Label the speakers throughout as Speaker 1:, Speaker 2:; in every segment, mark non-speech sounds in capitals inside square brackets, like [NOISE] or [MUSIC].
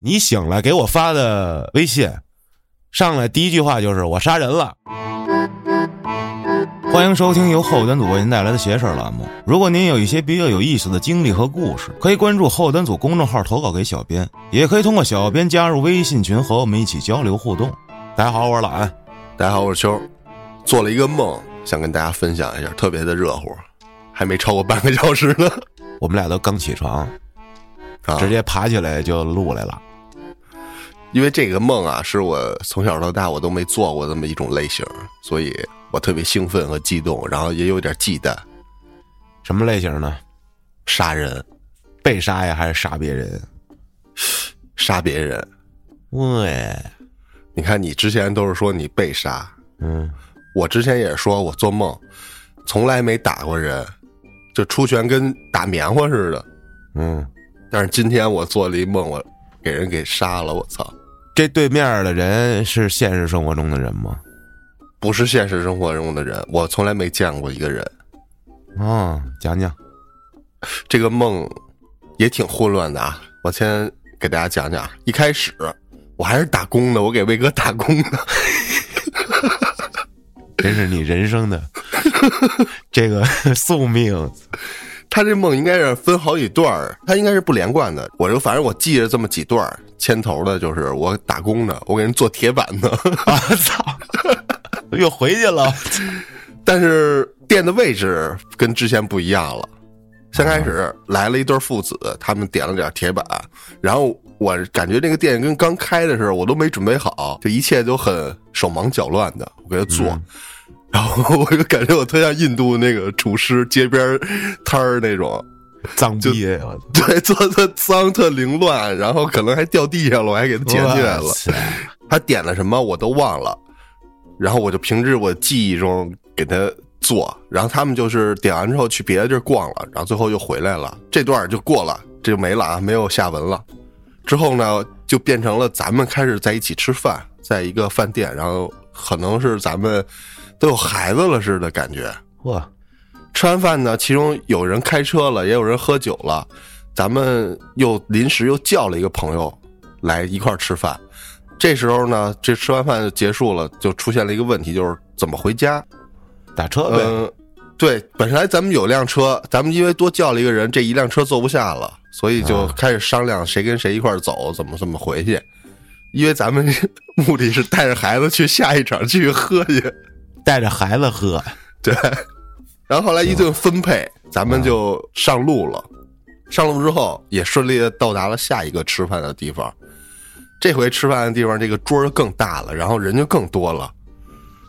Speaker 1: 你醒了给我发的微信，上来第一句话就是我杀人了。
Speaker 2: 欢迎收听由后端组为您带来的“邪事儿”栏目。如果您有一些比较有意思的经历和故事，可以关注后端组公众号投稿给小编，也可以通过小编加入微信群和我们一起交流互动。
Speaker 1: 大家好，我是老安。
Speaker 3: 大家好，我是秋。做了一个梦，想跟大家分享一下，特别的热乎，还没超过半个小时呢。
Speaker 1: 我们俩都刚起床，[LAUGHS]
Speaker 3: 啊，
Speaker 1: 直接爬起来就录来了。
Speaker 3: 因为这个梦啊，是我从小到大我都没做过这么一种类型，所以我特别兴奋和激动，然后也有点忌惮
Speaker 1: 什么类型呢？
Speaker 3: 杀人、
Speaker 1: 被杀呀，还是杀别人？
Speaker 3: 杀别人。
Speaker 1: 喂，
Speaker 3: 你看，你之前都是说你被杀，
Speaker 1: 嗯，
Speaker 3: 我之前也说我做梦，从来没打过人，就出拳跟打棉花似的。
Speaker 1: 嗯，
Speaker 3: 但是今天我做了一梦，我给人给杀了，我操！
Speaker 1: 这对面的人是现实生活中的人吗？
Speaker 3: 不是现实生活中的人，我从来没见过一个人。
Speaker 1: 啊、讲讲。
Speaker 3: 这个梦也挺混乱的啊，我先给大家讲讲。一开始我还是打工的，我给魏哥打工的，
Speaker 1: 真是你人生
Speaker 3: [LAUGHS]
Speaker 1: 的这个宿命。
Speaker 3: 他这梦应该是分好几段儿，他应该是不连贯的。我就反正我记着这么几段儿，牵头的就是我打工的，我给人做铁板的，
Speaker 1: 我操，又回去了。
Speaker 3: 但是店的位置跟之前不一样了。先开始来了一对父子，他们点了点铁板，然后我感觉这个店跟刚开的时候，我都没准备好，就一切都很手忙脚乱的，我给他做。
Speaker 1: 嗯
Speaker 3: 然后我就感觉我特像印度那个厨师街边摊儿那种，
Speaker 1: 脏逼，我操
Speaker 3: 对，做的特脏特凌乱，然后可能还掉地上了，我还给他捡起来了
Speaker 1: 哇。塞
Speaker 3: 他点了什么我都忘了，然后我就凭着我记忆中给他做，然后他们就是点完之后去别的地儿逛了，然后最后又回来了，这段儿就过了，这就没了啊，没有下文了。之后呢，就变成了咱们开始在一起吃饭，在一个饭店，然后可能是咱们都有孩子了似的感觉。
Speaker 1: 哇，
Speaker 3: 吃完饭呢，其中有人开车了，也有人喝酒了，咱们又临时又叫了一个朋友来一块儿吃饭。这时候呢，这吃完饭就结束了，就出现了一个问题，就是怎么回家？
Speaker 1: 打车呗。
Speaker 3: 嗯，对，本来咱们有辆车，咱们因为多叫了一个人，这一辆车坐不下了，所以就开始商量谁跟谁一块儿走，怎么怎么回去。因为咱们 [LAUGHS] 目的是带着孩子去下一场去喝去，
Speaker 1: 带着孩子喝，
Speaker 3: 对，然后后来一顿分配，咱们就上路了。上路之后，也顺利的到达了下一个吃饭的地方。这回吃饭的地方，这个桌儿就更大了，然后人就更多了，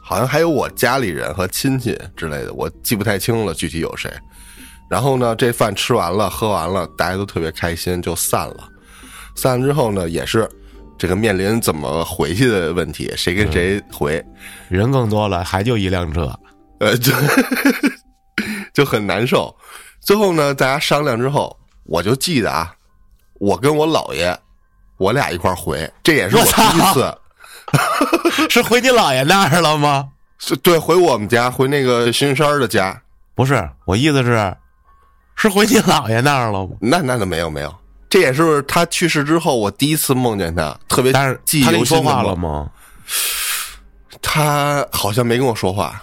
Speaker 3: 好像还有我家里人和亲戚之类的，我记不太清了具体有谁。然后呢，这饭吃完了，喝完了，大家都特别开心，就散了。散了之后呢，也是这个面临怎么回去的问题，谁跟谁回。
Speaker 1: 人更多了，还就一辆车。
Speaker 3: 呃，就就很难受。最后呢，大家商量之后，我就记得啊，我跟我姥爷，我俩一块儿回，这也是我
Speaker 1: 我操
Speaker 3: 第一次，
Speaker 1: 是回你姥爷那儿了吗？
Speaker 3: 是对，回我们家，回那个新山儿的家，
Speaker 1: 不是，我意思是，是回你姥爷那儿了吗？
Speaker 3: 那那那没有没有，这也是他去世之后我第一次梦见他，特别
Speaker 1: 但是
Speaker 3: 记忆
Speaker 1: 他跟
Speaker 3: 犹
Speaker 1: 你
Speaker 3: 新
Speaker 1: 说
Speaker 3: 的
Speaker 1: 话了
Speaker 3: 梦。
Speaker 1: 吗？
Speaker 3: 他好像没跟我说话，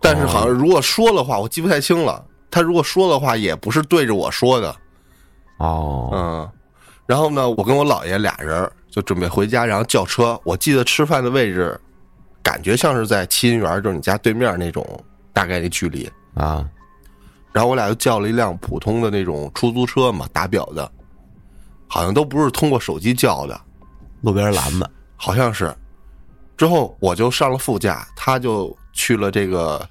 Speaker 3: 但是
Speaker 1: 哦
Speaker 3: 好像如果说了话，我记不太清了。他如果说了话，也不是对着我说的，
Speaker 1: 哦，
Speaker 3: 嗯，然后呢，我跟我姥爷俩人儿就准备回家，然后叫车。我记得吃饭的位置，感觉像是在七云园，就是你家对面那种大概那距离。
Speaker 1: 啊，
Speaker 3: 然后我俩就叫了一辆普通的那种出租车嘛，打表的，好像都不是通过手机叫的，
Speaker 1: 路边拦子，
Speaker 3: 好像是。之后我就上了副驾，他就去了这个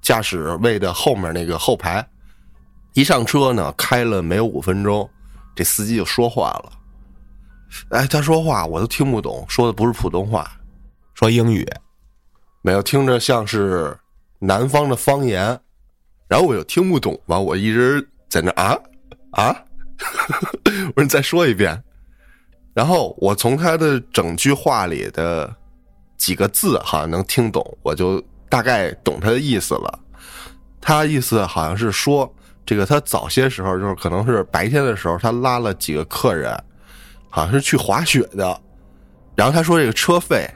Speaker 3: 驾驶位的后面那个后排。一上车呢，开了没有五分钟，这司机就说话了。哎，他说话我都听不懂，说的不是普通话，
Speaker 1: 说英语，
Speaker 3: 没有听着像是南方的方言，然后我又听不懂嘛，我一直在那啊啊， [LAUGHS] 我说你再说一遍，然后我从他的整句话里的几个字好像能听懂，我就大概懂他的意思了。他意思好像是说，这个他早些时候就是可能是白天的时候，他拉了几个客人，好像是去滑雪的。然后他说这个车费，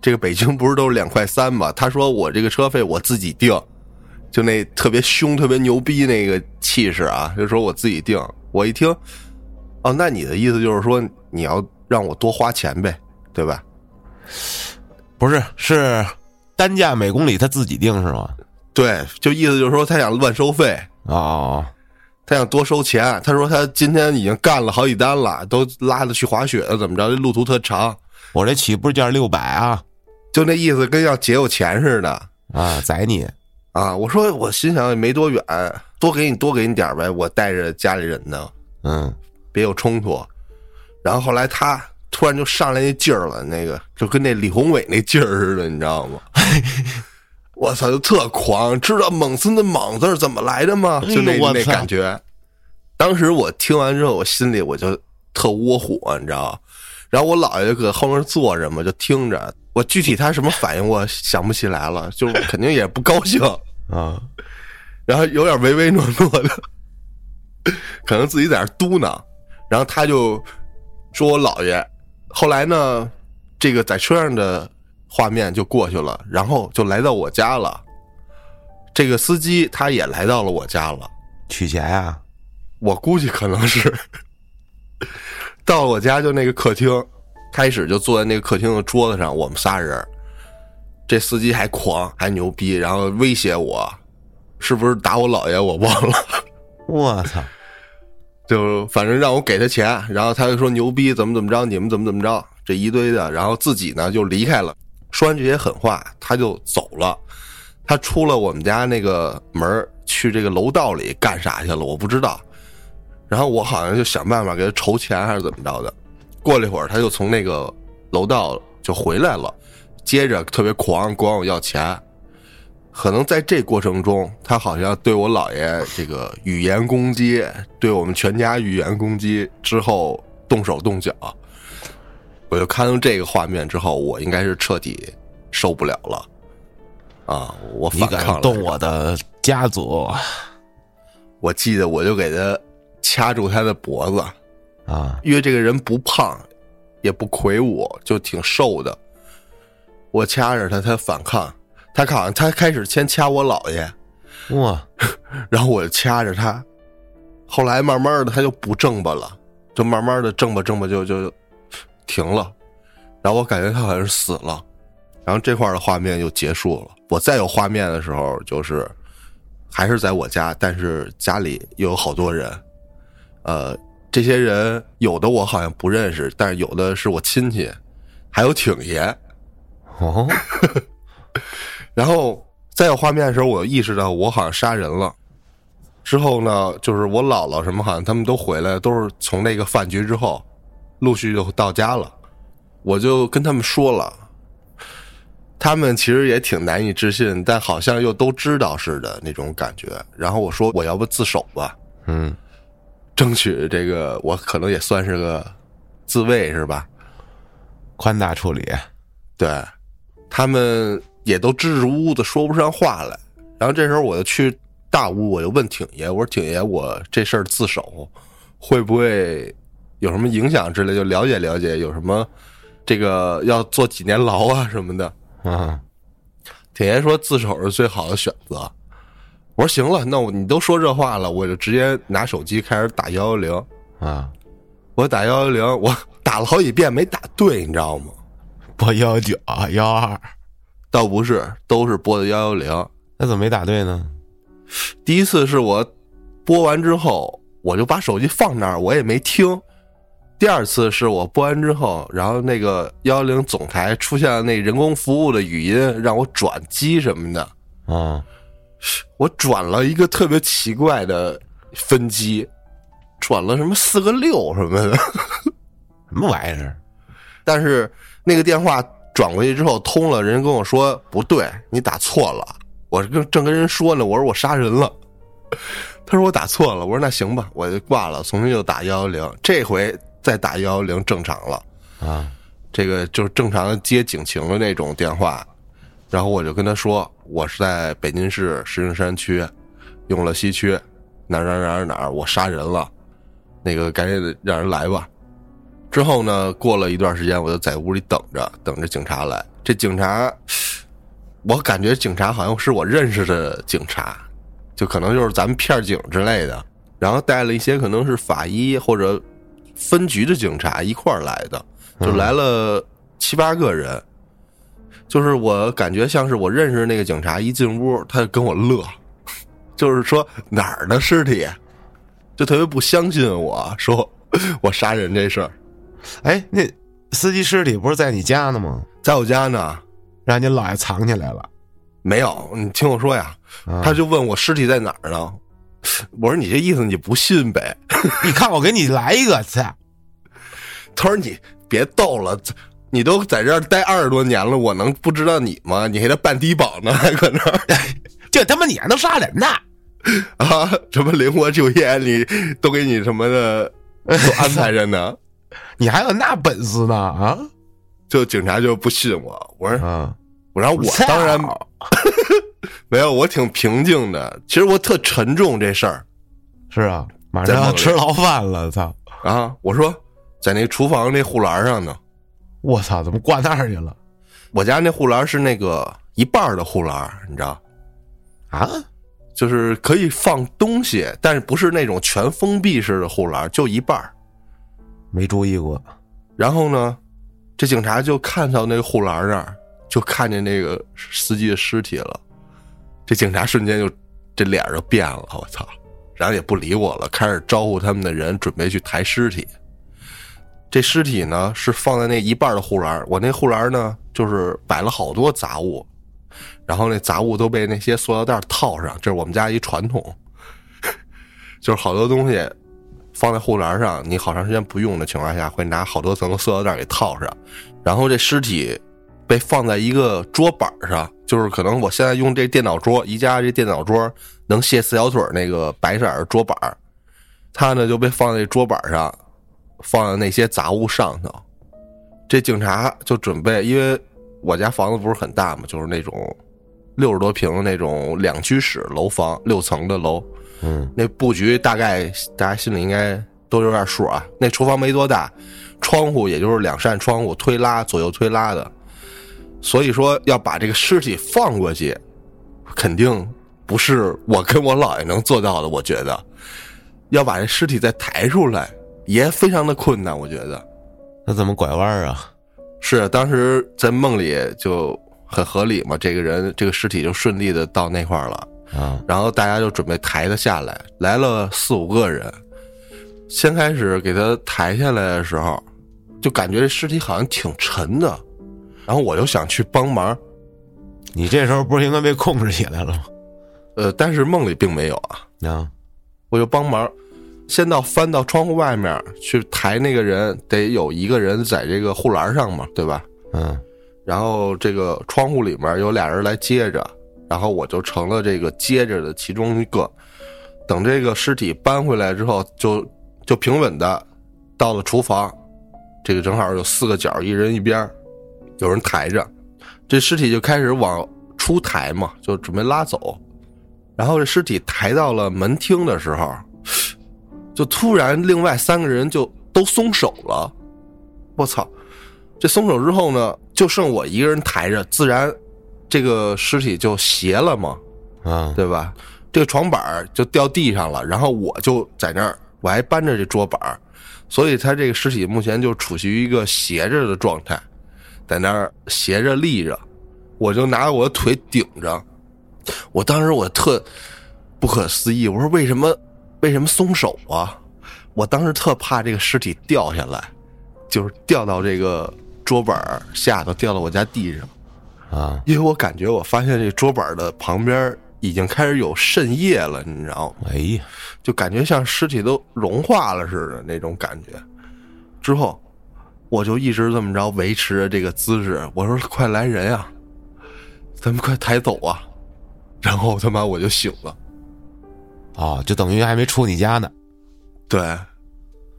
Speaker 3: 这个北京不是都是两块三吗？他说我这个车费我自己定，就那特别凶、特别牛逼那个气势啊，就说我自己定。我一听，哦，那你的意思就是说你要让我多花钱呗，对吧？
Speaker 1: 不是，是单价每公里他自己定是吗？
Speaker 3: 对，就意思就是说他想乱收费，
Speaker 1: 哦哦，
Speaker 3: 他想多收钱。他说他今天已经干了好几单了，都拉他去滑雪了，怎么着？这路途特长，
Speaker 1: 哦我这起步价六百啊
Speaker 3: 就那意思跟要劫我钱似的
Speaker 1: 啊，宰你！
Speaker 3: 啊！我说我心想也没多远，多给你多给你点儿呗，我带着家里人呢，
Speaker 1: 嗯，
Speaker 3: 别有冲突。然后后来他突然就上来那劲儿了，那个就跟那李宏伟那劲儿似的，你知道
Speaker 1: [LAUGHS]
Speaker 3: 吗？我操，就特狂！知道“猛森”的“猛”字儿怎么来的吗？就那、
Speaker 1: 嗯我
Speaker 3: 那
Speaker 1: 操
Speaker 3: 感觉。当时我听完之后，我心里我就特窝火，你知道吗？然后我姥爷就搁后面坐着嘛，就听着。我具体他什么反应，我想不起来了，就是肯定也不高兴。
Speaker 1: 啊，
Speaker 3: 然后有点唯唯诺诺的， [LAUGHS] 可能自己在那儿嘟囔，然后他就说我姥爷。后来呢，这个在车上的画面就过去了，然后就来到我家了。这个司机他也来到了我家了，
Speaker 1: 取钱啊，
Speaker 3: 我估计可能是 [LAUGHS] 到了我家就那个客厅，开始就坐在那个客厅的桌子上，我们仨人儿。这司机还狂还牛逼，然后威胁我，是不是打我姥爷？我忘了，
Speaker 1: 我操，
Speaker 3: 就反正让我给他钱，然后他就说牛逼怎么怎么着，你们怎么怎么着，这一堆的，然后自己呢就离开了。说完这些狠话，他就走了。他出了我们家那个门儿去这个楼道里干啥去了，我不知道。然后我好像就想办法给他筹钱，还是怎么着的。过了一会儿，他就从那个楼道就回来了，接着特别狂，管我要钱。可能在这过程中，他好像对我姥爷这个语言攻击，对我们全家语言攻击之后动手动脚。我就看到这个画面之后，我应该是彻底受不了了啊！我
Speaker 1: 你
Speaker 3: 反抗
Speaker 1: 敢
Speaker 3: 了
Speaker 1: 动我的家族啊
Speaker 3: 我记得我就给他掐住他的脖子，
Speaker 1: 啊？
Speaker 3: 因为这个人不胖，也不魁梧，就挺瘦的。我掐着他，他反抗，他好像他开始先掐我姥爷，
Speaker 1: 哇，
Speaker 3: 然后我就掐着他，后来慢慢的他就不正巴了，就慢慢的正巴正巴就就停了，然后我感觉他好像是死了，然后这块儿的画面就结束了。我再有画面的时候，就是还是在我家，但是家里又有好多人，呃，这些人有的我好像不认识，但是有的是我亲戚，还有挺爷，
Speaker 1: 哦，
Speaker 3: 然后再有画面的时候，我意识到我好像杀人了。之后呢，就是我姥姥什么，好像他们都回来，都是从那个饭局之后，陆续就到家了。我就跟他们说了，他们其实也挺难以置信，但好像又都知道似的那种感觉。然后我说，我要不自首吧，
Speaker 1: 嗯，
Speaker 3: 争取这个我可能也算是个自卫是吧？
Speaker 1: 宽大处理，
Speaker 3: 对，他们也都支支吾吾的说不上话来。然后这时候我就去大屋，我就问挺爷，我说挺爷，我这事儿自首会不会有什么影响之类？就了解了解，有什么这个要坐几年牢啊什么的。
Speaker 1: 啊，
Speaker 3: 挺爷说自首是最好的选择。我说行了，那我你都说这话了，我就直接拿手机开始打幺幺零。
Speaker 1: 啊，
Speaker 3: 我打幺幺零，我 [LAUGHS] 打了好几遍没打对，你知道吗？
Speaker 1: 拨幺九幺二，
Speaker 3: 倒不是，都是拨的幺幺零。
Speaker 1: 那怎么没打对呢？
Speaker 3: 第一次是我播完之后，我就把手机放那儿，我也没听。第二次是我播完之后，然后那个幺幺零总台出现了那人工服务的语音，让我转机什么的。
Speaker 1: 啊，
Speaker 3: 我转了一个特别奇怪的分机，转了什么四个六什么的，
Speaker 1: 什么玩意儿？
Speaker 3: 但是那个电话转过去之后通了，人跟我说不对，你打错了。我跟正跟人说呢，我说我杀人了，他说我打错了。我说那行吧，我就挂了，重新又打幺幺零。这回再打幺幺零正常了，
Speaker 1: 啊，
Speaker 3: 这个就是正常接警情的那种电话。然后我就跟他说，我是在北京市石景山区，永乐西区哪儿哪儿哪儿哪儿，我杀人了，那个赶紧让人来吧。之后呢，过了一段时间，我就在屋里等着，等着警察来。这警察，我感觉警察好像是我认识的警察，就可能就是咱们片儿警之类的，然后带了一些可能是法医或者分局的警察一块儿来的，就来了七八个人。就是我感觉像是我认识那个警察，一进屋他就跟我乐， [LAUGHS] 就是说哪儿的尸体，就特别不相信我说我杀人这事儿。
Speaker 1: 哎，那司机尸体不是在你家呢吗？
Speaker 3: 在我家呢，
Speaker 1: 让你姥爷藏起来了。
Speaker 3: 没有，你听我说呀，
Speaker 1: 啊
Speaker 3: 他就问我尸体在哪儿呢？我说你这意思你不信呗？ [LAUGHS]
Speaker 1: 你看我给你来一个，操！
Speaker 3: 他说你别逗了，你都在这儿待二十多年了，我能不知道你吗？你还得办低保呢，还搁那儿
Speaker 1: 这他妈你还能杀人呢？
Speaker 3: [LAUGHS] 啊？什么灵活就业，你都给你什么的都安排着呢？
Speaker 1: 你还有那本事呢？啊
Speaker 3: 就警察就不信我，我说，
Speaker 1: 啊！
Speaker 3: 我然后我
Speaker 1: 操
Speaker 3: 当然没有，我挺平静的。其实我特沉重这事儿
Speaker 1: 是啊，马
Speaker 3: 在
Speaker 1: 上
Speaker 3: 梦
Speaker 1: 要
Speaker 3: 里
Speaker 1: 吃牢饭了，操！
Speaker 3: 啊，我说在那厨房那护栏上呢，
Speaker 1: 我操，怎么挂那儿去了？
Speaker 3: 我家那护栏是那个一半儿的护栏，你知道，
Speaker 1: 啊？
Speaker 3: 就是可以放东西，但是不是那种全封闭式的护栏，就一半儿。
Speaker 1: 没注意过。
Speaker 3: 然后呢，这警察就看到那个护栏那儿，就看见那个司机的尸体了。这警察瞬间就这脸儿就变了，我操！然后也不理我了，开始招呼他们的人准备去抬尸体。这尸体呢是放在那一半的护栏，我那护栏呢就是摆了好多杂物，然后那杂物都被那些塑料袋套上，这是我们家一传统， [LAUGHS] 就是好多东西放在护栏上，你好长时间不用的情况下，会拿好多层塑料袋给套上，然后这尸体被放在一个桌板上，就是可能我现在用这电脑桌，宜家这电脑桌能卸四条腿儿那个白色儿的桌板儿，它呢就被放在桌板上，放在那些杂物上头。这警察就准备，因为我家房子不是很大嘛，就是那种六十多平的那种两居室楼房，六层的楼，
Speaker 1: 嗯
Speaker 3: 那布局大概大家心里应该都有点数啊。那厨房没多大，窗户也就是两扇窗户推拉左右推拉的，所以说要把这个尸体放过去，肯定不是我跟我姥爷能做到的。我觉得要把这尸体再抬出来也非常的困难，我觉得。
Speaker 1: 那怎么拐弯儿啊？
Speaker 3: 是当时在梦里就很合理嘛，这个人这个尸体就顺利的到那块儿了，
Speaker 1: 啊，
Speaker 3: 然后大家就准备抬他下来，来了四五个人，先开始给他抬下来的时候，就感觉这尸体好像挺沉的，然后我就想去帮忙，
Speaker 1: 你这时候不是应该被控制起来了吗？
Speaker 3: 呃，但是梦里并没有啊，
Speaker 1: 啊，
Speaker 3: 我就帮忙，先到翻到窗户外面去抬那个人，得有一个人在这个护栏上嘛，对吧？
Speaker 1: 嗯
Speaker 3: 然后这个窗户里面有俩人来接着，然后我就成了这个接着的其中一个。等这个尸体搬回来之后，就就平稳的到了厨房，这个正好有四个角，一人一边儿，有人抬着，这尸体就开始往出抬嘛，就准备拉走。然后这尸体抬到了门厅的时候，就突然另外三个人就都松手了，我操！这松手之后呢，就剩我一个人抬着，自然这个尸体就斜了嘛，
Speaker 1: 啊，
Speaker 3: 对吧？这个床板儿就掉地上了，然后我就在那儿，我还搬着这桌板儿，所以他这个尸体目前就处于一个斜着的状态，在那儿斜着立着，我就拿我的腿顶着，我当时我特不可思议，我说为什么为什么松手啊？我当时特怕这个尸体掉下来，就是掉到这个桌板儿下头，掉到我家地上。
Speaker 1: 啊，
Speaker 3: 因为我感觉我发现这桌板的旁边已经开始有渗液了，你知道吗？
Speaker 1: 哎呀，
Speaker 3: 就感觉像尸体都融化了似的那种感觉。之后，我就一直这么着维持着这个姿势。我说：“快来人啊，咱们快抬走啊！”然后他妈我就醒了。
Speaker 1: 哦，就等于还没出你家呢。
Speaker 3: 对，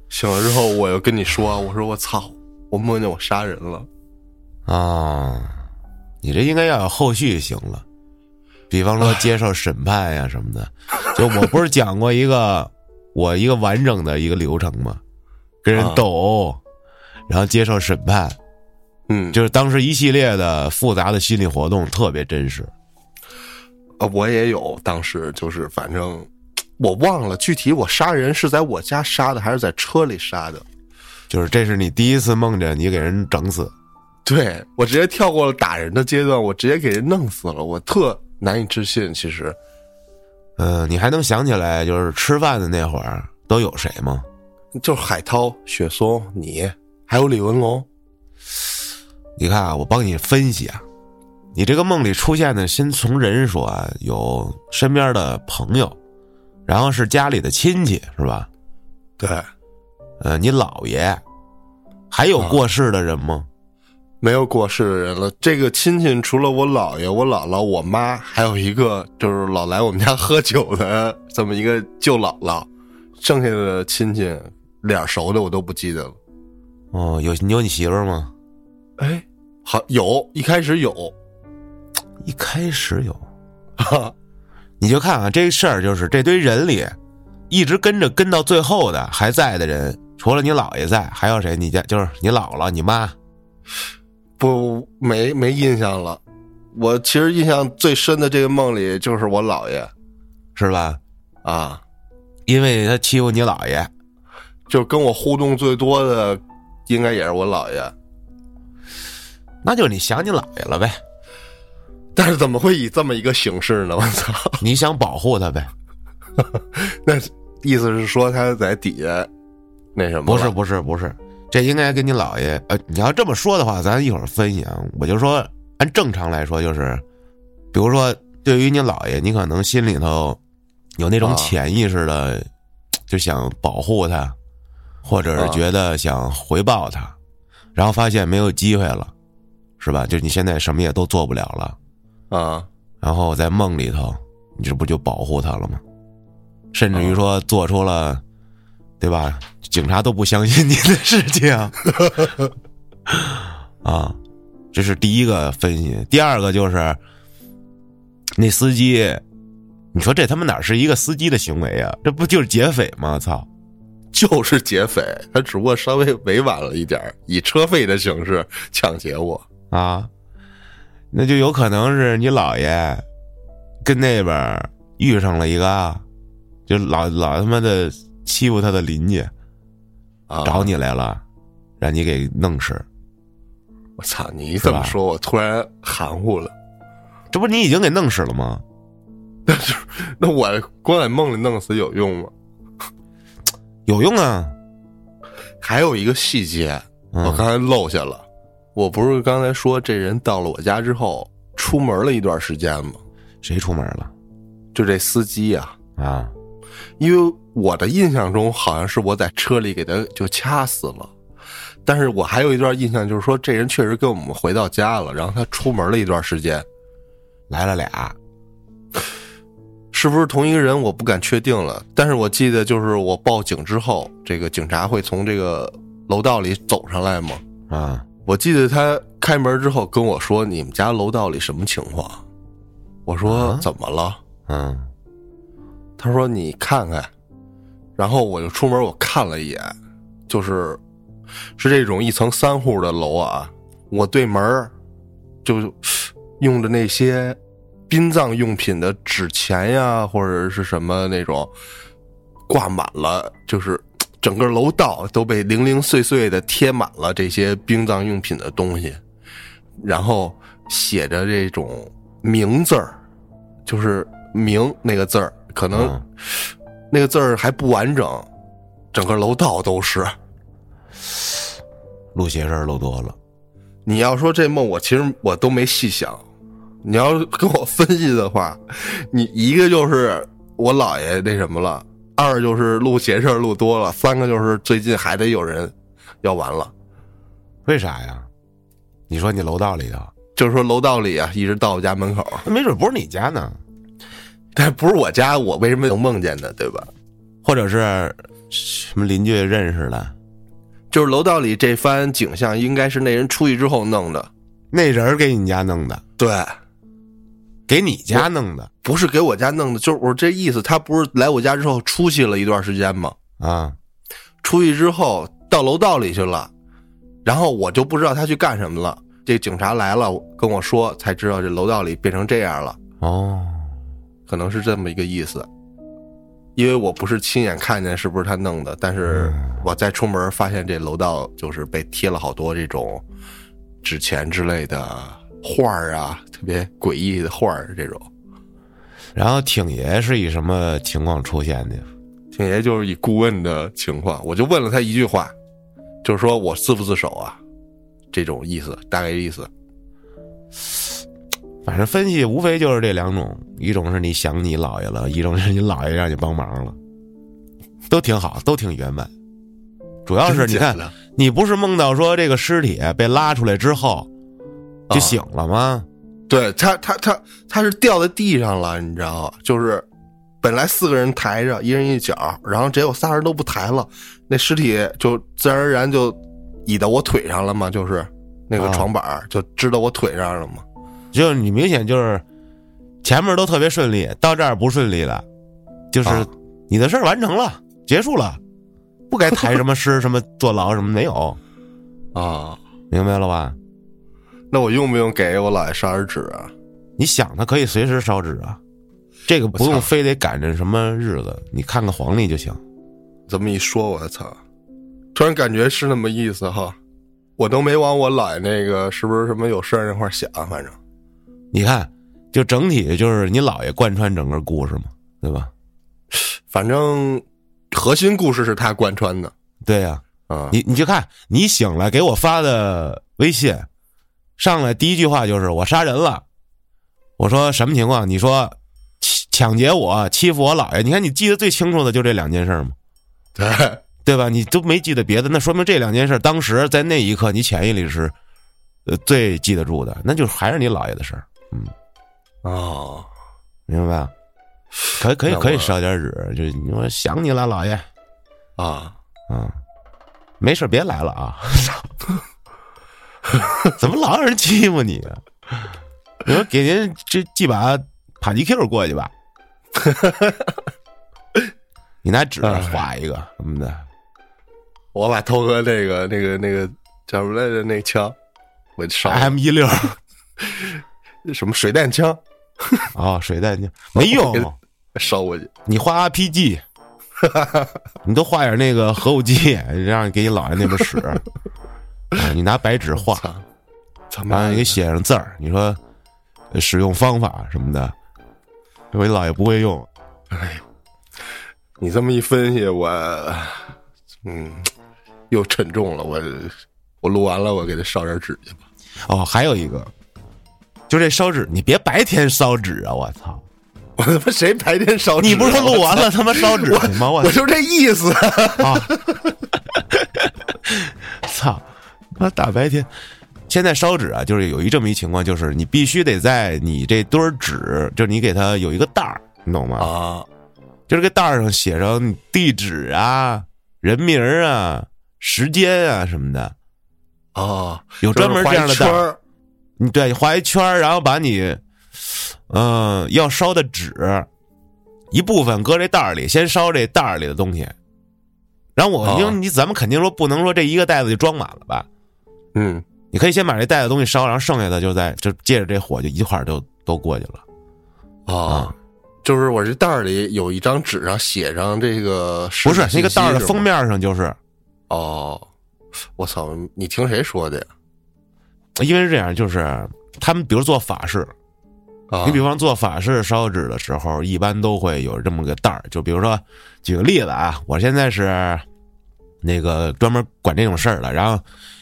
Speaker 3: 醒了之后我又跟你说：“我说我操，我梦见我杀人了。
Speaker 1: 啊，你这应该要有后续行了，比方说接受审判呀、什么的。就我不是讲过一个我一个完整的一个流程吗？跟人斗殴，然后接受审判，
Speaker 3: 嗯，
Speaker 1: 就是当时一系列的复杂的心理活动特别真实。
Speaker 3: 呃，我也有，当时就是反正我忘了具体我杀人是在我家杀的还是在车里杀的。
Speaker 1: 就是这是你第一次梦见你给人整死，
Speaker 3: 对我直接跳过了打人的阶段，我直接给人弄死了，我特难以置信。其实
Speaker 1: 嗯、你还能想起来就是吃饭的那会儿都有谁吗？
Speaker 3: 就是海涛、雪松、你还有李文龙，
Speaker 1: 你看啊，我帮你分析啊，你这个梦里出现的，先从人说啊，有身边的朋友，然后是家里的亲戚，是吧？
Speaker 3: 对，
Speaker 1: 呃，你姥爷，还有过世的人吗？
Speaker 3: 没有过世的人了。这个亲戚除了我姥爷、我姥姥、我妈，还有一个就是老来我们家喝酒的这么一个舅姥姥，剩下的亲戚脸熟的我都不记得了。
Speaker 1: 哦，有你有你媳妇儿吗？
Speaker 3: 哎，好有，一开始有，
Speaker 1: 一开始有， [LAUGHS] 你就看啊，这事儿就是这堆人里，一直跟着跟到最后的还在的人，除了你姥爷在，还有谁？你家就是你姥姥、你妈，
Speaker 3: 不没没印象了。我其实印象最深的这个梦里就是我姥爷
Speaker 1: 是吧？
Speaker 3: 啊，
Speaker 1: 因为他欺负你姥爷，
Speaker 3: 就跟我互动最多的应该也是我姥爷。
Speaker 1: 那就你想你姥爷了呗，
Speaker 3: 但是怎么会以这么一个形式呢？我操！
Speaker 1: 你想保护他呗？
Speaker 3: 那意思是说他在底下那什么？
Speaker 1: 不是，，不是，不是，这应该跟你姥爷。呃，你要这么说的话，咱一会儿分析啊。我就说，按正常来说，就是，比如说，对于你姥爷，你可能心里头有那种
Speaker 3: 啊
Speaker 1: 潜意识的，就想保护他，或者
Speaker 3: 啊
Speaker 1: 是觉得想回报他，然后发现没有机会了，是吧？就你现在什么也都做不了了，
Speaker 3: 啊，
Speaker 1: 然后在梦里头，你这不就保护他了吗？甚至于说做出了，对吧？警察都不相信你的事情，啊，这是第一个分析。第二个就是，那司机，你说这他妈哪是一个司机的行为啊？这不就是劫匪吗？操！
Speaker 3: 就是劫匪，他只不过稍微委婉了一点儿，以车费的形式抢劫我。
Speaker 1: 啊，那就有可能是你姥爷跟那边儿遇上了一个，啊就老老他妈的欺负他的邻居，
Speaker 3: 啊！
Speaker 1: 找你来了，让你给弄死。
Speaker 3: 我操！你一这么
Speaker 1: 是吧
Speaker 3: 说，我突然含糊了。
Speaker 1: 这不是你已经给弄死了吗？
Speaker 3: 那我光在梦里弄死有用吗？
Speaker 1: 有用啊！
Speaker 3: 还有一个细节，
Speaker 1: 嗯、
Speaker 3: 我刚才漏下了。我不是刚才说这人到了我家之后出门了一段时间吗？
Speaker 1: 谁出门了
Speaker 3: 就这司机啊，
Speaker 1: 啊？
Speaker 3: 因为我的印象中好像是我在车里给他就掐死了，但是我还有一段印象就是说这人确实跟我们回到家了，然后他出门了一段时间，
Speaker 1: 来了俩，
Speaker 3: 是不是同一个人我不敢确定了，但是我记得就是我报警之后，这个警察会从这个楼道里走上来嘛，
Speaker 1: 啊，
Speaker 3: 我记得他开门之后跟我说你们家楼道里什么情况，我说
Speaker 1: 啊
Speaker 3: 怎么了？
Speaker 1: 嗯，
Speaker 3: 他说你看看，然后我就出门我看了一眼，就是是这种一层三户的楼啊，我对门儿就用着那些殡葬用品的纸钱呀，或者是什么那种挂满了，就是整个楼道都被零零碎碎的贴满了这些殡葬用品的东西，然后写着这种名字儿，就是名那个字儿，可能
Speaker 1: 嗯
Speaker 3: 那个字儿还不完整，整个楼道都是。
Speaker 1: 录邪事儿录多了。
Speaker 3: 你要说这梦，我其实我都没细想。你要是跟我分析的话，你一个就是我姥爷那什么了，二就是录邪事儿录多了，三个就是最近还得有人要完了，
Speaker 1: 为啥呀？你说你楼道里头，
Speaker 3: 就是说楼道里啊，一直到我家门口，
Speaker 1: 那没准不是你家呢，
Speaker 3: 但不是我家，我为什么能梦见呢？对吧？
Speaker 1: 或者是什么邻居认识的，
Speaker 3: 就是楼道里这番景象，应该是那人出去之后弄的，
Speaker 1: 那人儿给你家弄的，
Speaker 3: 对，
Speaker 1: 给你家弄的
Speaker 3: 不是给我家弄的，就是我这意思，他不是来我家之后出去了一段时间吗？
Speaker 1: 啊。
Speaker 3: 出去之后到楼道里去了，然后我就不知道他去干什么了。这警察来了跟我说，才知道这楼道里变成这样了，
Speaker 1: 哦，
Speaker 3: 可能是这么一个意思。因为我不是亲眼看见是不是他弄的，但是我再出门发现这楼道就是被贴了好多这种纸钱之类的画儿啊，特别诡异的画儿这种。
Speaker 1: 然后挺爷是以什么情况出现的？
Speaker 3: 挺爷就是以顾问的情况，我就问了他一句话，就是说我自不自首啊，这种意思，大概意思。
Speaker 1: 反正分析无非就是这两种，一种是你想你姥爷了，一种是你姥爷让你帮忙了，都挺好，都挺圆满。主要是你看
Speaker 3: 真假，的
Speaker 1: 你不是梦到说这个尸体被拉出来之后就
Speaker 3: 啊
Speaker 1: 醒了吗？
Speaker 3: 对他，他他他是掉在地上了，你知道吗？就是本来四个人抬着，一人一脚，然后只有仨人都不抬了，那尸体就自然而然就倚到我腿上了嘛，就是那个
Speaker 1: 啊
Speaker 3: 床板儿就支到我腿上了嘛。
Speaker 1: 就是你明显就是前面都特别顺利，到这儿不顺利了，就是
Speaker 3: 啊
Speaker 1: 你的事儿完成了，结束了，不该抬什么尸、
Speaker 3: [LAUGHS]
Speaker 1: 什么坐牢什么没有，
Speaker 3: 啊，
Speaker 1: 明白了吧？
Speaker 3: 那我用不用给我姥爷烧点纸啊？
Speaker 1: 你想他可以随时烧纸啊，这个不
Speaker 3: 我操
Speaker 1: 用非得赶着什么日子，你看看黄历就行。
Speaker 3: 这么一说，我操，突然感觉是那么意思哈。我都没往我姥爷那个是不是什么有事儿那块儿想，反正
Speaker 1: 你看，就整体就是你姥爷贯穿整个故事嘛，对吧？
Speaker 3: 反正核心故事是他贯穿的
Speaker 1: 对呀、
Speaker 3: 啊。
Speaker 1: 你你就看你醒了给我发的微信，上来第一句话就是我杀人了，我说什么情况？你说欺抢劫我，欺负我姥爷，你看你记得最清楚的就这两件事嘛，嗯
Speaker 3: 对，
Speaker 1: 对吧？你都没记得别的，那说明这两件事当时在那一刻你潜意识里是，呃，最记得住的，那就还是你姥爷的事儿，
Speaker 3: [LAUGHS] 哦，
Speaker 1: 明白吧？可以可以
Speaker 3: 那我
Speaker 1: 可以烧点纸，就你说想你了，姥爷
Speaker 3: 啊，
Speaker 1: 啊，没事儿别来了啊！ [LAUGHS] 怎么老有人欺负你啊？你说给您这寄把帕吉 Q 过去吧，你拿纸
Speaker 3: 哎
Speaker 1: 画一个什么的，
Speaker 3: 我把涛哥那个那个那个叫什么来着？那枪，我烧了
Speaker 1: M 一六
Speaker 3: 什么水弹枪
Speaker 1: 啊，水弹枪没用
Speaker 3: 我给，烧过去。
Speaker 1: 你画 RPG，你都画点那个核武器，让给你姥爷那边使。啊，你拿白纸画，
Speaker 3: 操，他
Speaker 1: 然
Speaker 3: 妈
Speaker 1: 后
Speaker 3: 的
Speaker 1: 你给写上字儿，你说呃使用方法什么的，我姥爷不会用。
Speaker 3: 你这么一分析，我嗯又沉重了。我我录完了，我给他烧点纸去吧。 [LAUGHS]
Speaker 1: 哦，还有一个，就这烧纸，你别白天烧纸啊！我操，
Speaker 3: 我他妈谁白天烧纸啊？
Speaker 1: 你不是说录完了他妈烧纸去吗？
Speaker 3: 我
Speaker 1: [LAUGHS] 我
Speaker 3: 我就这意思。
Speaker 1: 操，他妈大白天。现在烧纸啊，就是有一这么一情况，就是你必须得在你这堆儿纸，就是你给它有一个袋儿，你懂吗？
Speaker 3: 啊
Speaker 1: 就是这个袋儿上写上你地址啊、人名儿啊、时间啊什么的， [LAUGHS]
Speaker 3: 哦，
Speaker 1: 有专门这样的
Speaker 3: 就是
Speaker 1: 袋
Speaker 3: 画一圈
Speaker 1: 儿。
Speaker 3: 儿
Speaker 1: 你对，画一圈儿，然后把你，嗯、要烧的纸一部分搁这袋儿里，先烧这袋儿里的东西。然后我，
Speaker 3: 哦
Speaker 1: 因为你咱们肯定说不能说这一个袋子就装满了吧？
Speaker 3: 嗯，
Speaker 1: 你可以先把这袋子东西烧，然后剩下的就在就借着这火就一块儿就都过去了。
Speaker 3: 啊，就是我这袋儿里有一张纸上写上这个实
Speaker 1: 不
Speaker 3: 体
Speaker 1: 是
Speaker 3: 信息，
Speaker 1: 那个袋儿的封
Speaker 3: 是吗
Speaker 1: 面上就是，
Speaker 3: 哦。我操！你听谁说的呀？
Speaker 1: 因为是这样，就是他们比如做法事，
Speaker 3: 啊，
Speaker 1: 你比方做法事烧纸的时候，一般都会有这么个袋儿。就比如说，举个例子啊，我现在是那个专门管这种事儿的，然后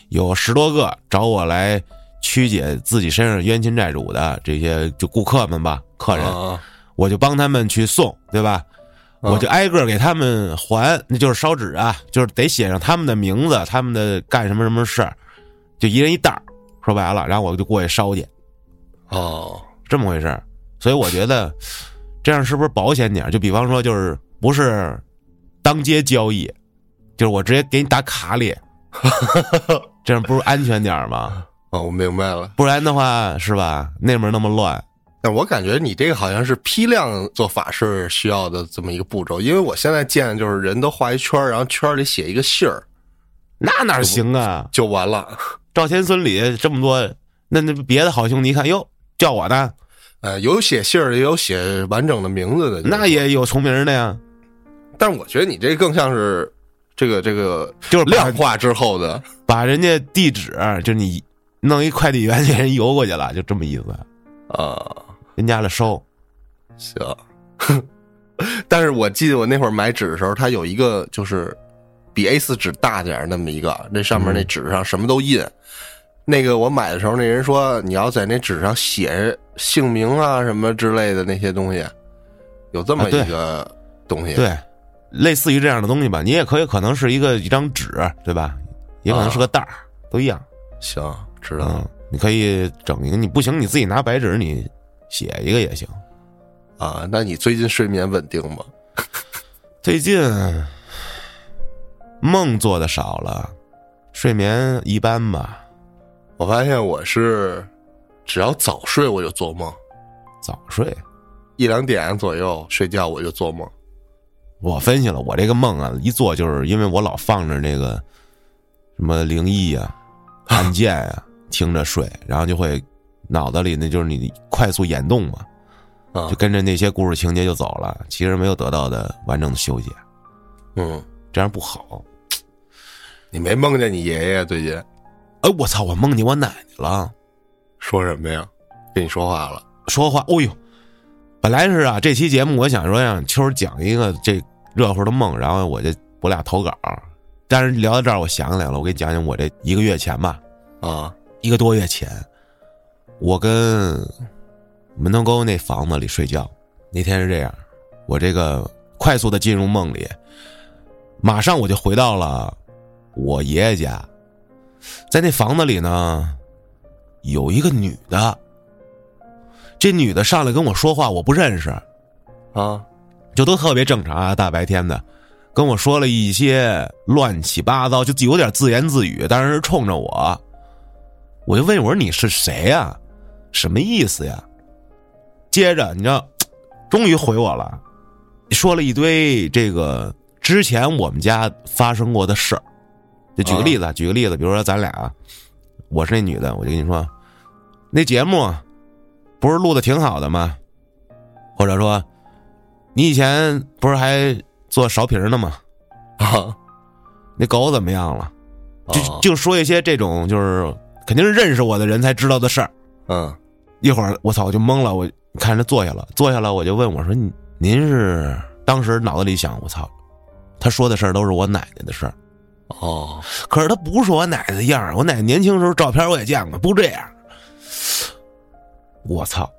Speaker 1: 有十多个找我来曲解自己身上冤亲债主的这些就顾客们吧，客人，
Speaker 3: 啊
Speaker 1: 我就帮他们去送，对吧？
Speaker 3: 啊
Speaker 1: 我就挨个给他们还，那就是烧纸啊，就是得写上他们的名字，他们的干什么什么事儿，就一人一袋儿。说白了，然后我就过去烧去。
Speaker 3: 哦
Speaker 1: 这么回事儿。所以我觉得这样是不是保险点儿？就比方说，就是不是当街交易，就是我直接给你打卡里，这样不是安全点儿吗？
Speaker 3: 哦，我明白了。
Speaker 1: 不然的话，是吧？那边那么乱，
Speaker 3: 但我感觉你这个好像是批量做法事需要的这么一个步骤，因为我现在见的就是人都画一圈儿，然后圈儿里写一个信儿，
Speaker 1: 那哪行啊？
Speaker 3: 就完了。
Speaker 1: 赵钱孙李这么多，那那别的好兄弟一看，哟，叫我呢，
Speaker 3: 呃，有写信儿，也有写完整的名字的，
Speaker 1: 那也有重名的呀，
Speaker 3: 但是我觉得你这更像是这个这个
Speaker 1: 就是把
Speaker 3: 量化之后的，
Speaker 1: 把人家地址，就你弄一快递员给人邮过去了，就这么意思，
Speaker 3: 啊，
Speaker 1: 人家了收。
Speaker 3: 行。 [LAUGHS] 但是我记得我那会儿买纸的时候，它有一个就是比 A 四纸大点儿那么一个，那上
Speaker 1: 嗯
Speaker 3: 面那纸上什么都印。那个我买的时候，那人说你要在那纸上写姓名啊什么之类的那些东西，有这么
Speaker 1: 啊对
Speaker 3: 一个东西。
Speaker 1: 对，类似于这样的东西吧，你也可以可能是一个一张纸，对吧？也可能是个袋儿，都一样。
Speaker 3: 行，知道
Speaker 1: 嗯
Speaker 3: 了，
Speaker 1: 你可以整一个，你不行你自己拿白纸你写一个也行。
Speaker 3: 啊。那你最近睡眠稳定吗？
Speaker 1: 最近梦做的少了，睡眠一般吧。
Speaker 3: 我发现我是只要早睡我就做梦，
Speaker 1: 早睡，
Speaker 3: 一两点左右睡觉我就做梦。
Speaker 1: 我分析了，我这个梦啊，一做就是因为我老放着那个什么灵异啊、案件啊，听着睡，然后就会脑子里那就是你快速眼动嘛，
Speaker 3: 啊
Speaker 1: 就跟着那些故事情节就走了，其实没有得到的完整的休息，
Speaker 3: 嗯，
Speaker 1: 这样不好。
Speaker 3: 你没梦见你爷爷最近
Speaker 1: 哎，我操！我梦见我奶奶了，
Speaker 3: 说什么呀？跟你说话了
Speaker 1: 说话，哦呦！本来是啊，这期节目我想说让秋儿讲一个这热乎的梦，然后我就我俩投稿，但是聊到这儿，我想起来了，我给你讲讲我这一个月前吧，
Speaker 3: 啊？
Speaker 1: 一个多月前，我跟门头沟那房子里睡觉。那天是这样，我这个快速的进入梦里，马上我就回到了我爷爷家。在那房子里呢，有一个女的，这女的上来跟我说话，我不认识，
Speaker 3: 啊，
Speaker 1: 就都特别正常啊，大白天的，跟我说了一些乱七八糟，就有点自言自语，当然是冲着我。我就问我说你是谁呀、什么意思呀？接着你知道，终于回我了，说了一堆这个之前我们家发生过的事儿。就举个例子啊，举个例子，比如说咱俩，啊我是那女的，我就跟你说，那节目不是录的挺好的吗？或者说你以前不是还做苕皮儿呢吗？
Speaker 3: 啊，
Speaker 1: 那狗怎么样了？就
Speaker 3: 啊
Speaker 1: 就说一些这种就是肯定是认识我的人才知道的事儿。
Speaker 3: 嗯
Speaker 1: 一会儿我操，我就懵了，我看着坐下了，坐下了我就问我说：“您您是当时脑子里想我操，他说的事儿都是我奶奶的事儿，
Speaker 3: 哦，
Speaker 1: 可是他不是我奶奶的样儿，我奶奶年轻时候照片我也见过，不这样。”我操！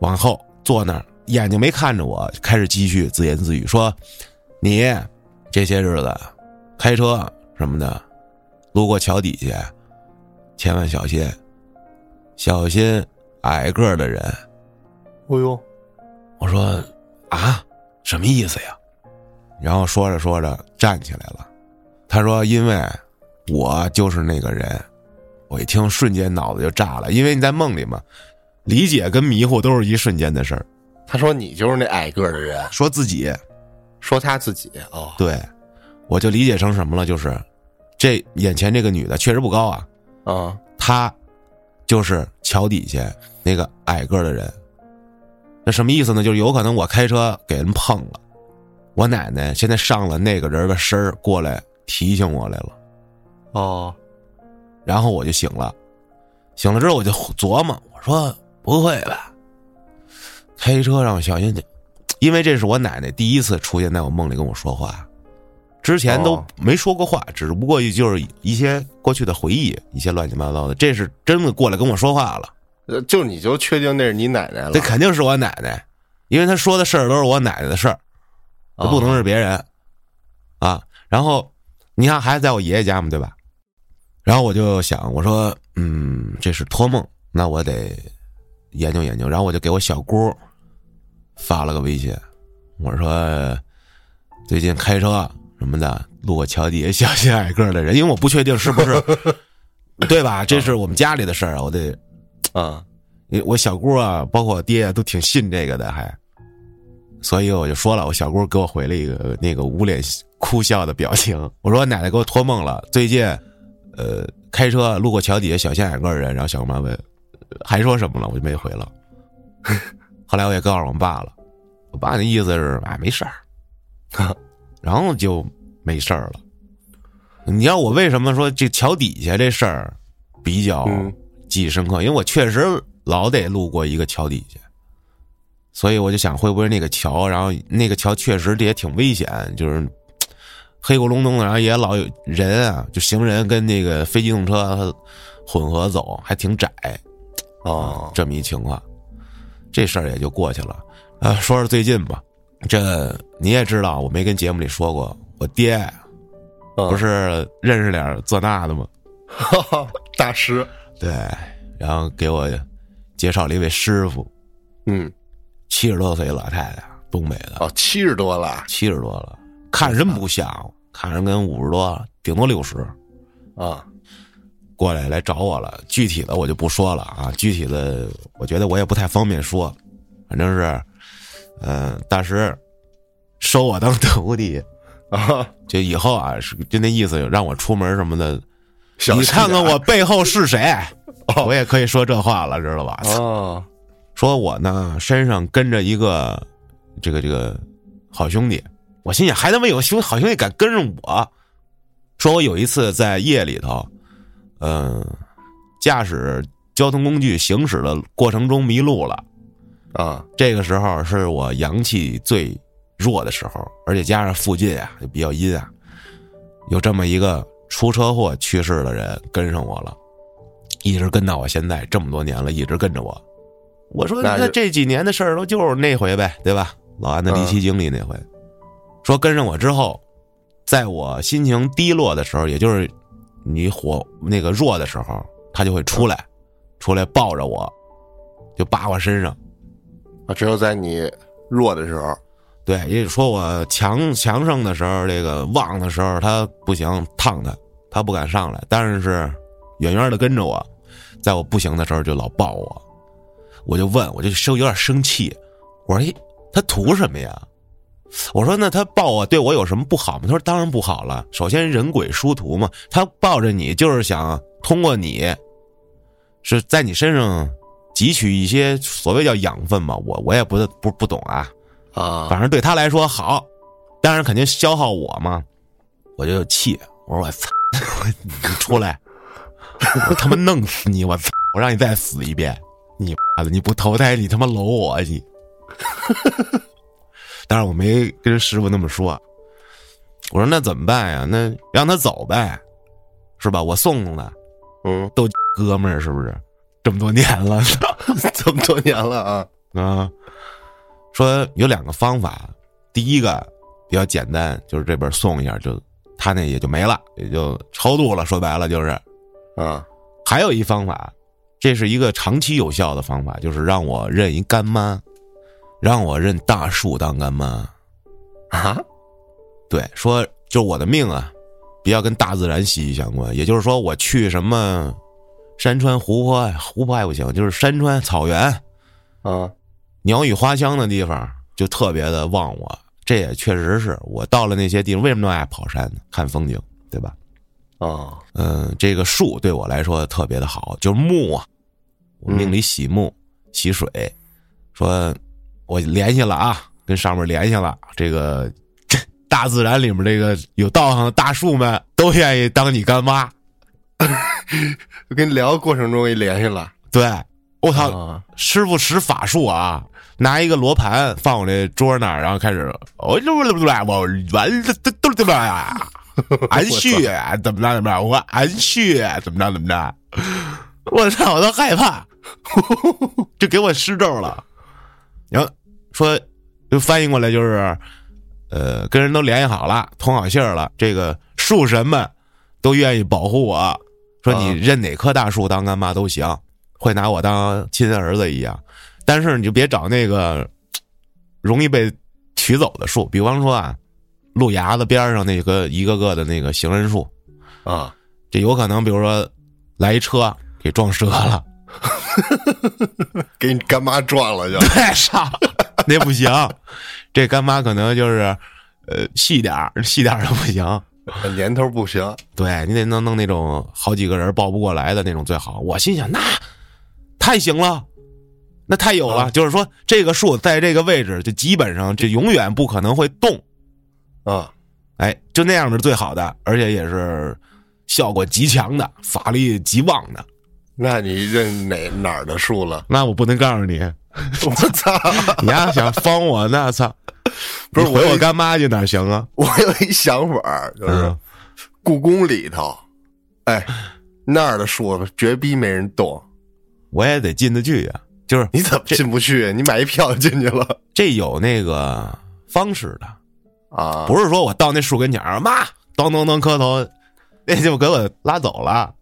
Speaker 1: 往后坐那儿，眼睛没看着我，开始继续自言自语说：“你这些日子开车什么的，路过桥底下，千万小心，小心矮个儿的人。”
Speaker 3: 哎呦，
Speaker 1: 我说啊，什么意思呀？然后说着说着站起来了，他说因为我就是那个人。我一听瞬间脑子就炸了，因为你在梦里嘛，理解跟迷糊都是一瞬间的事儿。
Speaker 3: 他说你就是那矮个儿的人，
Speaker 1: 说自己
Speaker 3: 说他自己哦，
Speaker 1: 对，我就理解成什么了，就是这眼前这个女的确实不高啊，
Speaker 3: 啊，
Speaker 1: 她就是桥底下那个矮个儿的人。那什么意思呢？就是有可能我开车给人碰了，我奶奶现在上了那个人的身儿过来提醒我来了，
Speaker 3: 哦，
Speaker 1: 然后我就醒了。醒了之后我就琢磨，我说不会吧？开车让我小心点，因为这是我奶奶第一次出现在我梦里跟我说话，之前都
Speaker 3: 哦
Speaker 1: 没说过话，只不过就是一些过去的回忆，一些乱七八糟的。这是真的过来跟我说话了。
Speaker 3: 呃就你就确定那是你奶奶了
Speaker 1: 这？肯定是我奶奶，因为她说的事儿都是我奶奶的事儿，
Speaker 3: 哦
Speaker 1: 不能是别人、啊。然后你看，还在我爷爷家嘛，对吧？然后我就想，我说，嗯，这是托梦，那我得研究研究。然后我就给我小姑发了个微信，我说最近开车什么的，路过桥底下小心矮个儿的人，因为我不确定是不是，对吧？这是我们家里的事儿，我得
Speaker 3: 啊，
Speaker 1: 我小姑啊，包括我爹啊，都挺信这个的，还，所以我就说了，我小姑给我回了一个那个捂脸哭笑的表情。我说我奶奶给我托梦了，最近，呃，开车路过桥底下小巷养个啊人，然后小姑妈问还说什么了，我就没回了。 [LAUGHS] 后来我也告诉我爸了，我爸的意思是啊、哎、没事儿， [LAUGHS] 然后就没事儿了。你要我为什么说这桥底下这事儿比较
Speaker 3: 嗯
Speaker 1: 记忆深刻？因为我确实老得路过一个桥底下，所以我就想会不会那个桥，然后那个桥确实这也挺危险，就是嘖黑咕隆咚的，然后也老有人啊，就行人跟那个非机动车混合走，还挺窄
Speaker 3: 哦，
Speaker 1: 这么一情况，这事儿也就过去了。呃，说说最近吧，这你也知道，我没跟节目里说过，我爹
Speaker 3: 嗯
Speaker 1: 哦不是认识点儿这那的吗？
Speaker 3: 大师，
Speaker 1: 对，然后给我介绍了一位师傅，
Speaker 3: 嗯，
Speaker 1: 七十多岁老太太，东北的，
Speaker 3: 哦，七十多了
Speaker 1: 七十多了，看着真不像，看着跟五十多，顶多六十。
Speaker 3: 啊，
Speaker 1: 过来来找我了，具体的我就不说了啊，具体的我觉得我也不太方便说，反正是，呃，大师收我当徒弟，
Speaker 3: 啊，
Speaker 1: 就以后啊，是就那意思，让我出门什么的，
Speaker 3: 小
Speaker 1: 你
Speaker 3: 心
Speaker 1: 看看
Speaker 3: 点
Speaker 1: 我背后是谁， [LAUGHS] 我也可以说这话了，知道吧？
Speaker 3: 哦，
Speaker 1: 说我呢身上跟着一个这个这个好兄弟，我心想还他妈有兄好兄弟敢跟着我，说我有一次在夜里头，嗯、驾驶交通工具行驶的过程中迷路了，
Speaker 3: 啊，
Speaker 1: 这个时候是我阳气最弱的时候，而且加上附近啊就比较阴啊，有这么一个出车祸去世的人跟上我了，一直跟到我现在这么多年了，一直跟着我。我说
Speaker 3: 那
Speaker 1: 那
Speaker 3: 是
Speaker 1: 这几年的事儿都就是那回呗，对吧？老安的离奇经历那回，说跟上我之后，在我心情低落的时候，也就是你火那个弱的时候，他就会出来，出来抱着我，就扒我身上。
Speaker 3: 啊只有在你弱的时候，
Speaker 1: 对，也就说我强强盛的时候，这个旺的时候，他不行，烫他，他不敢上来，但是远远的跟着我，在我不行的时候就老抱我，我就问，我就生有点生气，我说，哎，他图什么呀？我说那他抱我对我有什么不好吗？他说当然不好了，首先人鬼殊途嘛，他抱着你就是想通过你，是在你身上汲取一些所谓叫养分嘛，我我也不不不懂啊，
Speaker 3: 啊，
Speaker 1: 反正对他来说好，当然肯定消耗我嘛。我就气，我说我操， [LAUGHS] 你出来，我他妈弄死你！我操，我让你再死一遍！你妈的，你不投胎，你他妈搂我你！ [LAUGHS] 当然我没跟师傅那么说，我说那怎么办呀？那让他走呗，是吧？我送送他，
Speaker 3: 嗯，
Speaker 1: 都 [LAUGHS] 哥们儿是不是？这么多年了，
Speaker 3: [LAUGHS] 这么多年了啊，
Speaker 1: 啊，说有两个方法，第一个比较简单，就是这边送一下，就他那也就没了，也就超度了。说白了就是，
Speaker 3: 啊，
Speaker 1: 还有一方法，这是一个长期有效的方法，就是让我认一干妈，让我认大树当干妈。
Speaker 3: 啊，
Speaker 1: 对，说就是我的命啊，比较跟大自然息息相关。也就是说，我去什么山川湖泊，湖泊还不行，就是山川草原，
Speaker 3: 啊，
Speaker 1: 鸟语花香的地方就特别的旺我。这也确实是我到了那些地方，为什么那么爱跑山呢？看风景，对吧？
Speaker 3: 啊，
Speaker 1: 嗯，这个树对我来说特别的好，就是木啊，我命里喜木、喜水。说，我联系了啊，跟上面联系了，这个这大自然里面这个有道行的大树们都愿意当你干妈。
Speaker 3: 就跟聊的过程中也联系了，
Speaker 1: 对，我操，
Speaker 3: 啊，
Speaker 1: 师傅使法术啊，拿一个罗盘放我这桌那儿，然后开始，我就不来，我完了，都都怎么呀？安旭怎么着怎么着？我安旭怎么着怎么着？我操，我都害怕，就给我施咒了。然后说，就翻译过来就是，呃，跟人都联系好了，通好信儿了，这个树神们都愿意保护我，说你
Speaker 3: 啊
Speaker 1: 认哪棵大树当干妈都行。会拿我当亲儿子一样。但是你就别找那个容易被取走的树，比方说啊，路牙子边上那个一个个的那个行人树，
Speaker 3: 啊，
Speaker 1: 这有可能，比如说来一车给撞折了，
Speaker 3: 给你干妈撞了就，
Speaker 1: [LAUGHS] 太傻，那不行。这干妈可能就是，呃，细点儿，细点儿都不行。
Speaker 3: [LAUGHS] 年头不行，
Speaker 1: 对你得弄弄那种好几个人抱不过来的那种最好。我心想，那太行了，那太有了。
Speaker 3: 啊
Speaker 1: 就是说，这个树在这个位置，就基本上就永远不可能会动。
Speaker 3: 啊，
Speaker 1: 哎，就那样是最好的，而且也是效果极强的，法力极旺的。
Speaker 3: 那你认哪哪儿的树了？ [LAUGHS]
Speaker 1: 那我不能告诉你，
Speaker 3: 我操！ [LAUGHS]
Speaker 1: 你要想帮我，那操，
Speaker 3: 不是
Speaker 1: 你回
Speaker 3: 我有
Speaker 1: 我
Speaker 3: 一呃
Speaker 1: 干妈去哪儿行啊？
Speaker 3: 我有一想法儿，就是
Speaker 1: 嗯
Speaker 3: 故宫里头，哎，那儿的树绝逼没人动，
Speaker 1: 我也得进得去呀、就是
Speaker 3: 你怎么进不去？你买一票就进去了 [LAUGHS]
Speaker 1: 这有那个方式的，
Speaker 3: 啊？
Speaker 1: 不是说我到那树跟前儿，妈，咚咚咚磕头，那就给我拉走了。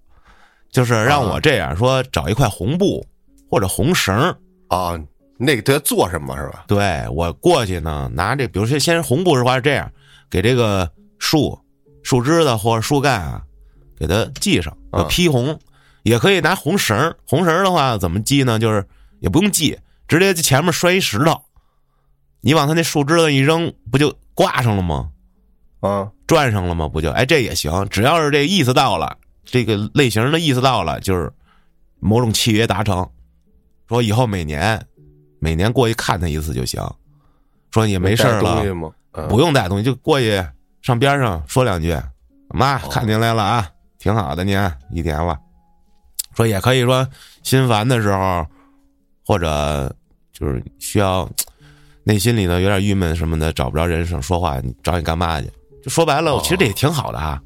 Speaker 1: 就是让我这样说，找一块红布或者红绳儿，
Speaker 3: 啊，那个对它做什么是吧？
Speaker 1: 对我过去呢，拿这，比如说先红布的话是这样，给这个树树枝子或者树干啊，给它系上，
Speaker 3: 嗯
Speaker 1: 呃披红，也可以拿红绳儿红绳儿的话怎么系呢？就是也不用系，直接就前面摔一石头，你往它那树枝子一扔，不就挂上了吗？
Speaker 3: 啊，
Speaker 1: 转上了吗？不就哎，这也行，只要是这意思到了，这个类型的意思到了，就是某种契约达成，说以后每年每年过去看他一次就行，说也没事儿
Speaker 3: 带东
Speaker 1: 了
Speaker 3: 西，吗？嗯
Speaker 1: 不用带东西，就过去上边上说两句，妈看您来了啊，挺好的您一年了，说也可以说心烦的时候，或者就是需要内心里头有点郁闷什么的，找不着人上说话，你找你干妈去。就说白了，
Speaker 3: 哦
Speaker 1: 其实这也挺好的啊。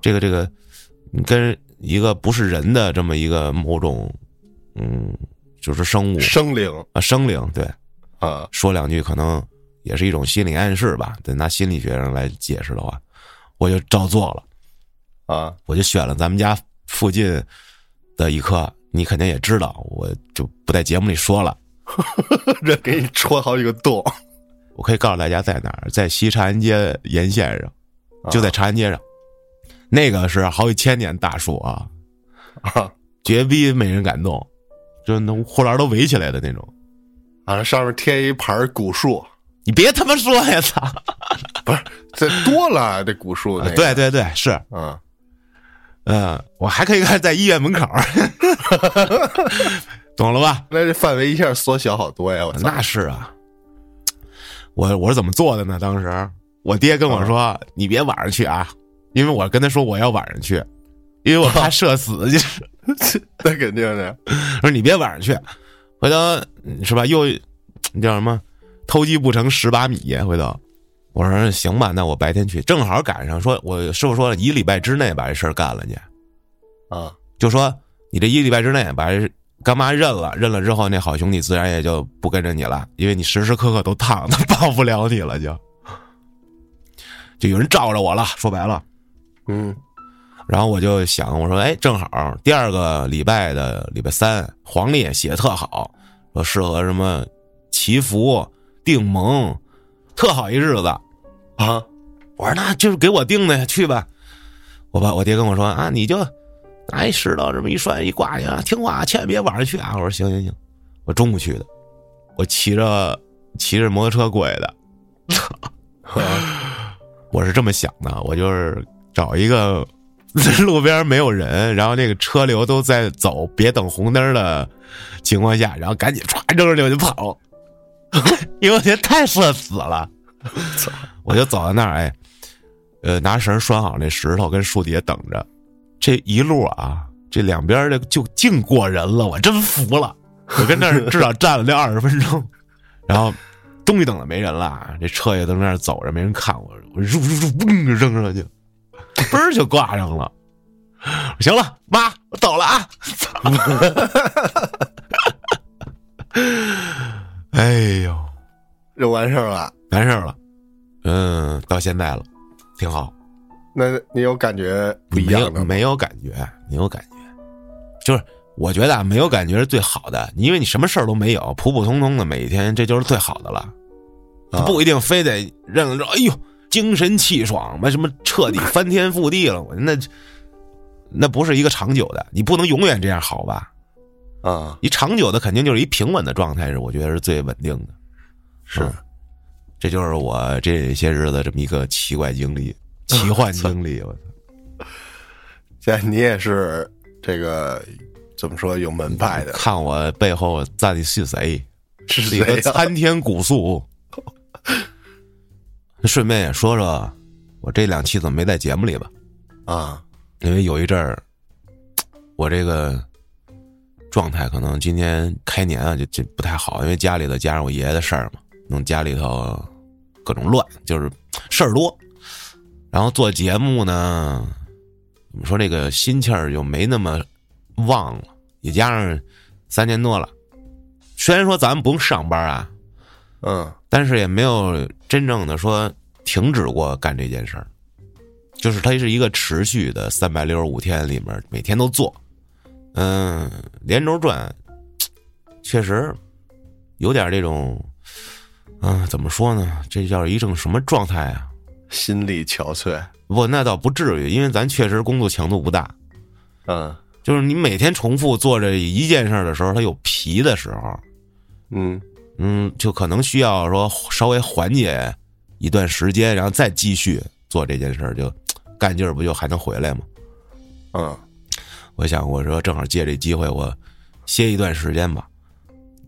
Speaker 1: 这个这个，你跟一个不是人的这么一个某种，嗯，就是生物
Speaker 3: 生灵
Speaker 1: 啊生灵，对，
Speaker 3: 啊，
Speaker 1: 说两句可能也是一种心理暗示吧。得拿心理学上来解释的话，我就照做了，
Speaker 3: 啊， [LAUGHS]
Speaker 1: 我就选了咱们家附近的一棵。你肯定也知道，我就不在节目里说了。
Speaker 3: 这给你戳好几个洞，
Speaker 1: 我可以告诉大家在哪儿，在西长安街沿线上，
Speaker 3: 啊
Speaker 1: 就在长安街上，那个是好几千年大树啊，
Speaker 3: 啊
Speaker 1: 绝逼没人敢动，就那护栏都围起来的那种。
Speaker 3: 啊，上面贴一盘古树，
Speaker 1: 你别他妈说呀，操！
Speaker 3: 这多了啊这古树那个，
Speaker 1: 啊对对对，是，
Speaker 3: 啊，
Speaker 1: 嗯，我还可以看在医院门口儿， [LAUGHS] 懂了吧？
Speaker 3: 那这范围一下缩小好多呀！我操，
Speaker 1: 那是啊，我我是怎么做的呢？当时我爹跟我说：“你别晚上去啊，因为我跟他说我要晚上去，因为我怕社死。”就是 [LAUGHS]
Speaker 3: [LAUGHS] 那肯定的
Speaker 1: 说你别晚上去，回头嗯是吧？又那叫什么？偷鸡不成蚀把米。回头我说行吧，那我白天去，正好赶上说，我师傅说一礼拜之内把这事儿干了去，
Speaker 3: 啊，
Speaker 1: 就说你这一礼拜之内把这干妈认了，认了之后，那好兄弟自然也就不跟着你了，因为你时时刻刻都烫， [LAUGHS] 他帮不了你了就，就有人罩着我了。说白了。
Speaker 3: 嗯
Speaker 1: 然后我就想，我说，哎，正好第二个礼拜的礼拜三，黄历写得特好，说适合什么祈福、定盟，特好一日子。
Speaker 3: 啊，
Speaker 1: 我说那就是给我定的呀，去吧。我爸我爹跟我说啊，你就拿一石头这么一拴一挂去啊，听话，千万别晚上去啊。我说行行行，我中午去的，我骑着骑着摩托车过来的。 [LAUGHS] 我是这么想的，我就是找一个 [LAUGHS] 路边没有人，然后那个车流都在走，别等红灯的情况下，然后赶紧歘扔上去我就跑， [LAUGHS] 因为我觉得太社死了。 [LAUGHS] 我就走到那儿，哎，呃，拿绳拴好那石头，跟树底下等着。这一路啊，这两边的就净过人了，我真服了。我跟那儿至少站了那二十分钟，然后终于等到没人了，这车也都在那儿走着，没人看我，我入入入嘣扔上去，嘣儿就挂上了。行了，妈，我走了啊！操！哎呦，
Speaker 3: 就完事儿了。
Speaker 1: 完事儿了，嗯，到现在了，挺好，
Speaker 3: 那你有感觉不一样的吗？
Speaker 1: 没有没有感觉，没有感觉，就是我觉得啊，没有感觉是最好的，因为你什么事儿都没有，普普通通的每一天，这就是最好的了，
Speaker 3: 啊
Speaker 1: 不一定非得认了之后，哎呦，精神气爽嘛，什么彻底翻天覆地了，我那那不是一个长久的，你不能永远这样好吧？
Speaker 3: 啊，
Speaker 1: 一长久的肯定就是一平稳的状态，是我觉得是最稳定的。
Speaker 3: 是
Speaker 1: 嗯这就是我这些日子这么一个奇怪经历、奇
Speaker 3: [LAUGHS]
Speaker 1: 幻经历。我操，
Speaker 3: 现在你也是这个怎么说有门派的，
Speaker 1: 看我背后站的是谁？
Speaker 3: 是
Speaker 1: 是一个
Speaker 3: 谁呀、
Speaker 1: 参天古树。顺便也说说，我这两期怎么没在节目里吧？
Speaker 3: 啊？
Speaker 1: 因为有一阵儿，我这个状态可能今年开年啊，就就不太好，因为家里头加上我爷爷的事儿嘛，弄家里头各种乱，就是事儿多。然后做节目呢，我们说这个心气儿就没那么旺了，也加上三年多了，虽然说咱们不用上班啊，
Speaker 3: 嗯，
Speaker 1: 但是也没有真正的说停止过干这件事儿，就是它是一个持续的三百六十五天里面每天都做，嗯，连轴转，确实有点这种，嗯、怎么说呢？这叫一种什么状态啊？
Speaker 3: 心力憔悴，
Speaker 1: 不，那倒不至于，因为咱确实工作强度不大，
Speaker 3: 嗯
Speaker 1: 就是你每天重复做着一件事儿的时候，它有疲的时候，
Speaker 3: 嗯
Speaker 1: 嗯，就可能需要说稍微缓解一段时间，然后再继续做这件事儿，就干劲儿不就还能回来吗？
Speaker 3: 嗯
Speaker 1: 我想我说正好借这机会，我歇一段时间吧。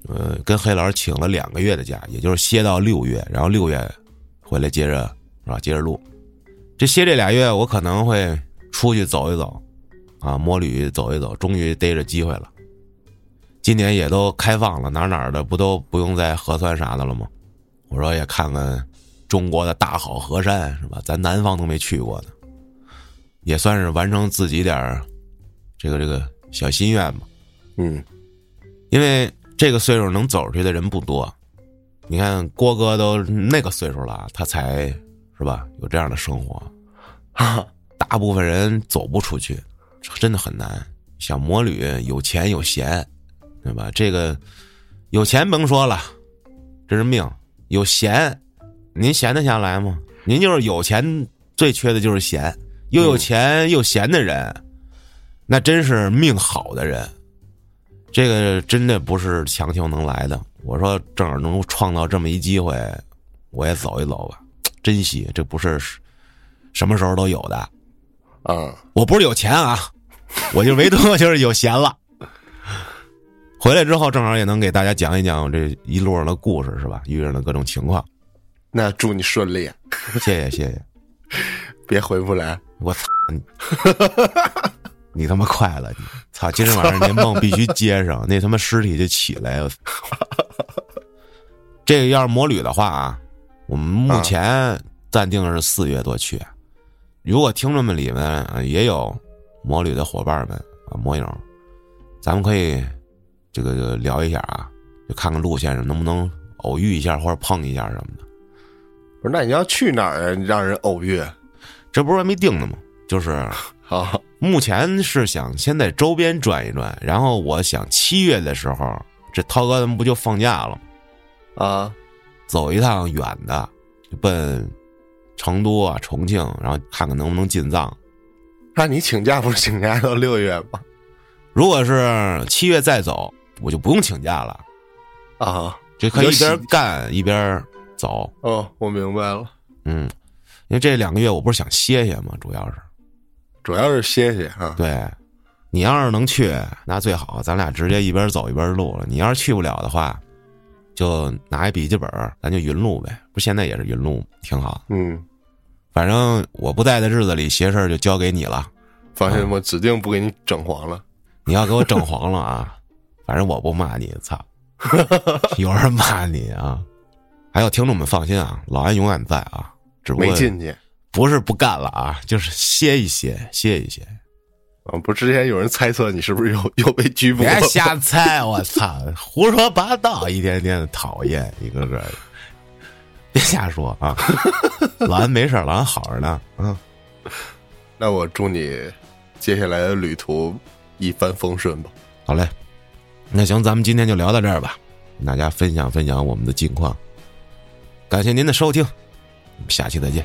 Speaker 1: 呃，跟黑老师请了两个月的假，也就是歇到六月，然后六月回来接着是吧？接着录。这歇这俩月，我可能会出去走一走，啊，摸驴走一走，终于逮着机会了。今年也都开放了，哪儿哪儿的不都不用再核酸啥的了吗？我说也看看中国的大好河山是吧？咱南方都没去过呢，也算是完成自己点儿这个这个小心愿吧。
Speaker 3: 嗯
Speaker 1: 因为这个岁数能走出去的人不多，你看郭哥都那个岁数了，他才是吧有这样的生活，
Speaker 3: 啊
Speaker 1: 大部分人走不出去，真的很难。想摩旅，有钱有闲，对吧？这个有钱甭说了，这是命；有闲，您闲得下来吗？您就是有钱，最缺的就是闲。又有钱又闲的人，那真是命好的人。这个真的不是强求能来的。我说，正好能创造这么一机会，我也走一走吧，珍惜。这不是什么时候都有的。
Speaker 3: 啊
Speaker 1: 我不是有钱啊，我就唯独就是有闲了。回来之后，正好也能给大家讲一讲我这一路上的故事，是吧？遇上的各种情况。
Speaker 3: 那祝你顺利，
Speaker 1: 谢谢，谢谢。
Speaker 3: 别回不来。
Speaker 1: 我操你！ [LAUGHS] 你他妈快了！你操！今天晚上那梦必须接上，那他妈尸体就起来。我操这个要是摩旅的话啊，我们目前暂定是四月多去。如果听众们里面啊也有摩旅的伙伴们啊，摩友，咱们可以这个这个聊一下啊，就看看路线上能不能偶遇一下或者碰一下什么的。
Speaker 3: 不是，那你要去哪儿啊？你让人偶遇？
Speaker 1: 这不是还没定呢吗？就是
Speaker 3: 好，
Speaker 1: 目前是想先在周边转一转，然后我想七月的时候，这涛哥他们不就放假了吗，
Speaker 3: 啊，
Speaker 1: 走一趟远的，就奔成都啊、重庆，然后看看能不能进藏。
Speaker 3: 那你请假不是请假到六月吗？
Speaker 1: 如果是七月再走，我就不用请假了，
Speaker 3: 啊，
Speaker 1: 就可以一
Speaker 3: 有
Speaker 1: 边
Speaker 3: 喜
Speaker 1: 干一边走。
Speaker 3: 哦，我明白了，
Speaker 1: 嗯，因为这两个月我不是想歇歇嘛，主要是
Speaker 3: 主要是歇歇啊。
Speaker 1: 对。你要是能去，那最好，咱俩直接一边走一边录了。你要是去不了的话，就拿一笔记本儿，咱就云录呗。不，现在也是云录吗，挺好。
Speaker 3: 嗯，
Speaker 1: 反正我不在的日子里，邪事儿就交给你了。
Speaker 3: 放心，我指定不给你整黄
Speaker 1: 啊
Speaker 3: 了。
Speaker 1: 你要给我整黄了啊，反正我不骂你，操！ [LAUGHS] 有人骂你啊！还有听众们放心啊，老安永远在啊，只不过
Speaker 3: 没进去
Speaker 1: 不是不干了啊，就是歇一歇，歇一歇，
Speaker 3: 啊！不，之前有人猜测你是不是又 [LAUGHS] 又被拘捕了
Speaker 1: 别？瞎猜，我操，胡说八道，一天天的讨厌，一个个的，别瞎说啊！老安没事儿，老安好着呢，嗯，
Speaker 3: 那我祝你接下来的旅途一帆风顺吧。
Speaker 1: 好嘞，那行，咱们今天就聊到这儿吧，跟大家分享分享我们的近况，感谢您的收听，我们下期再见。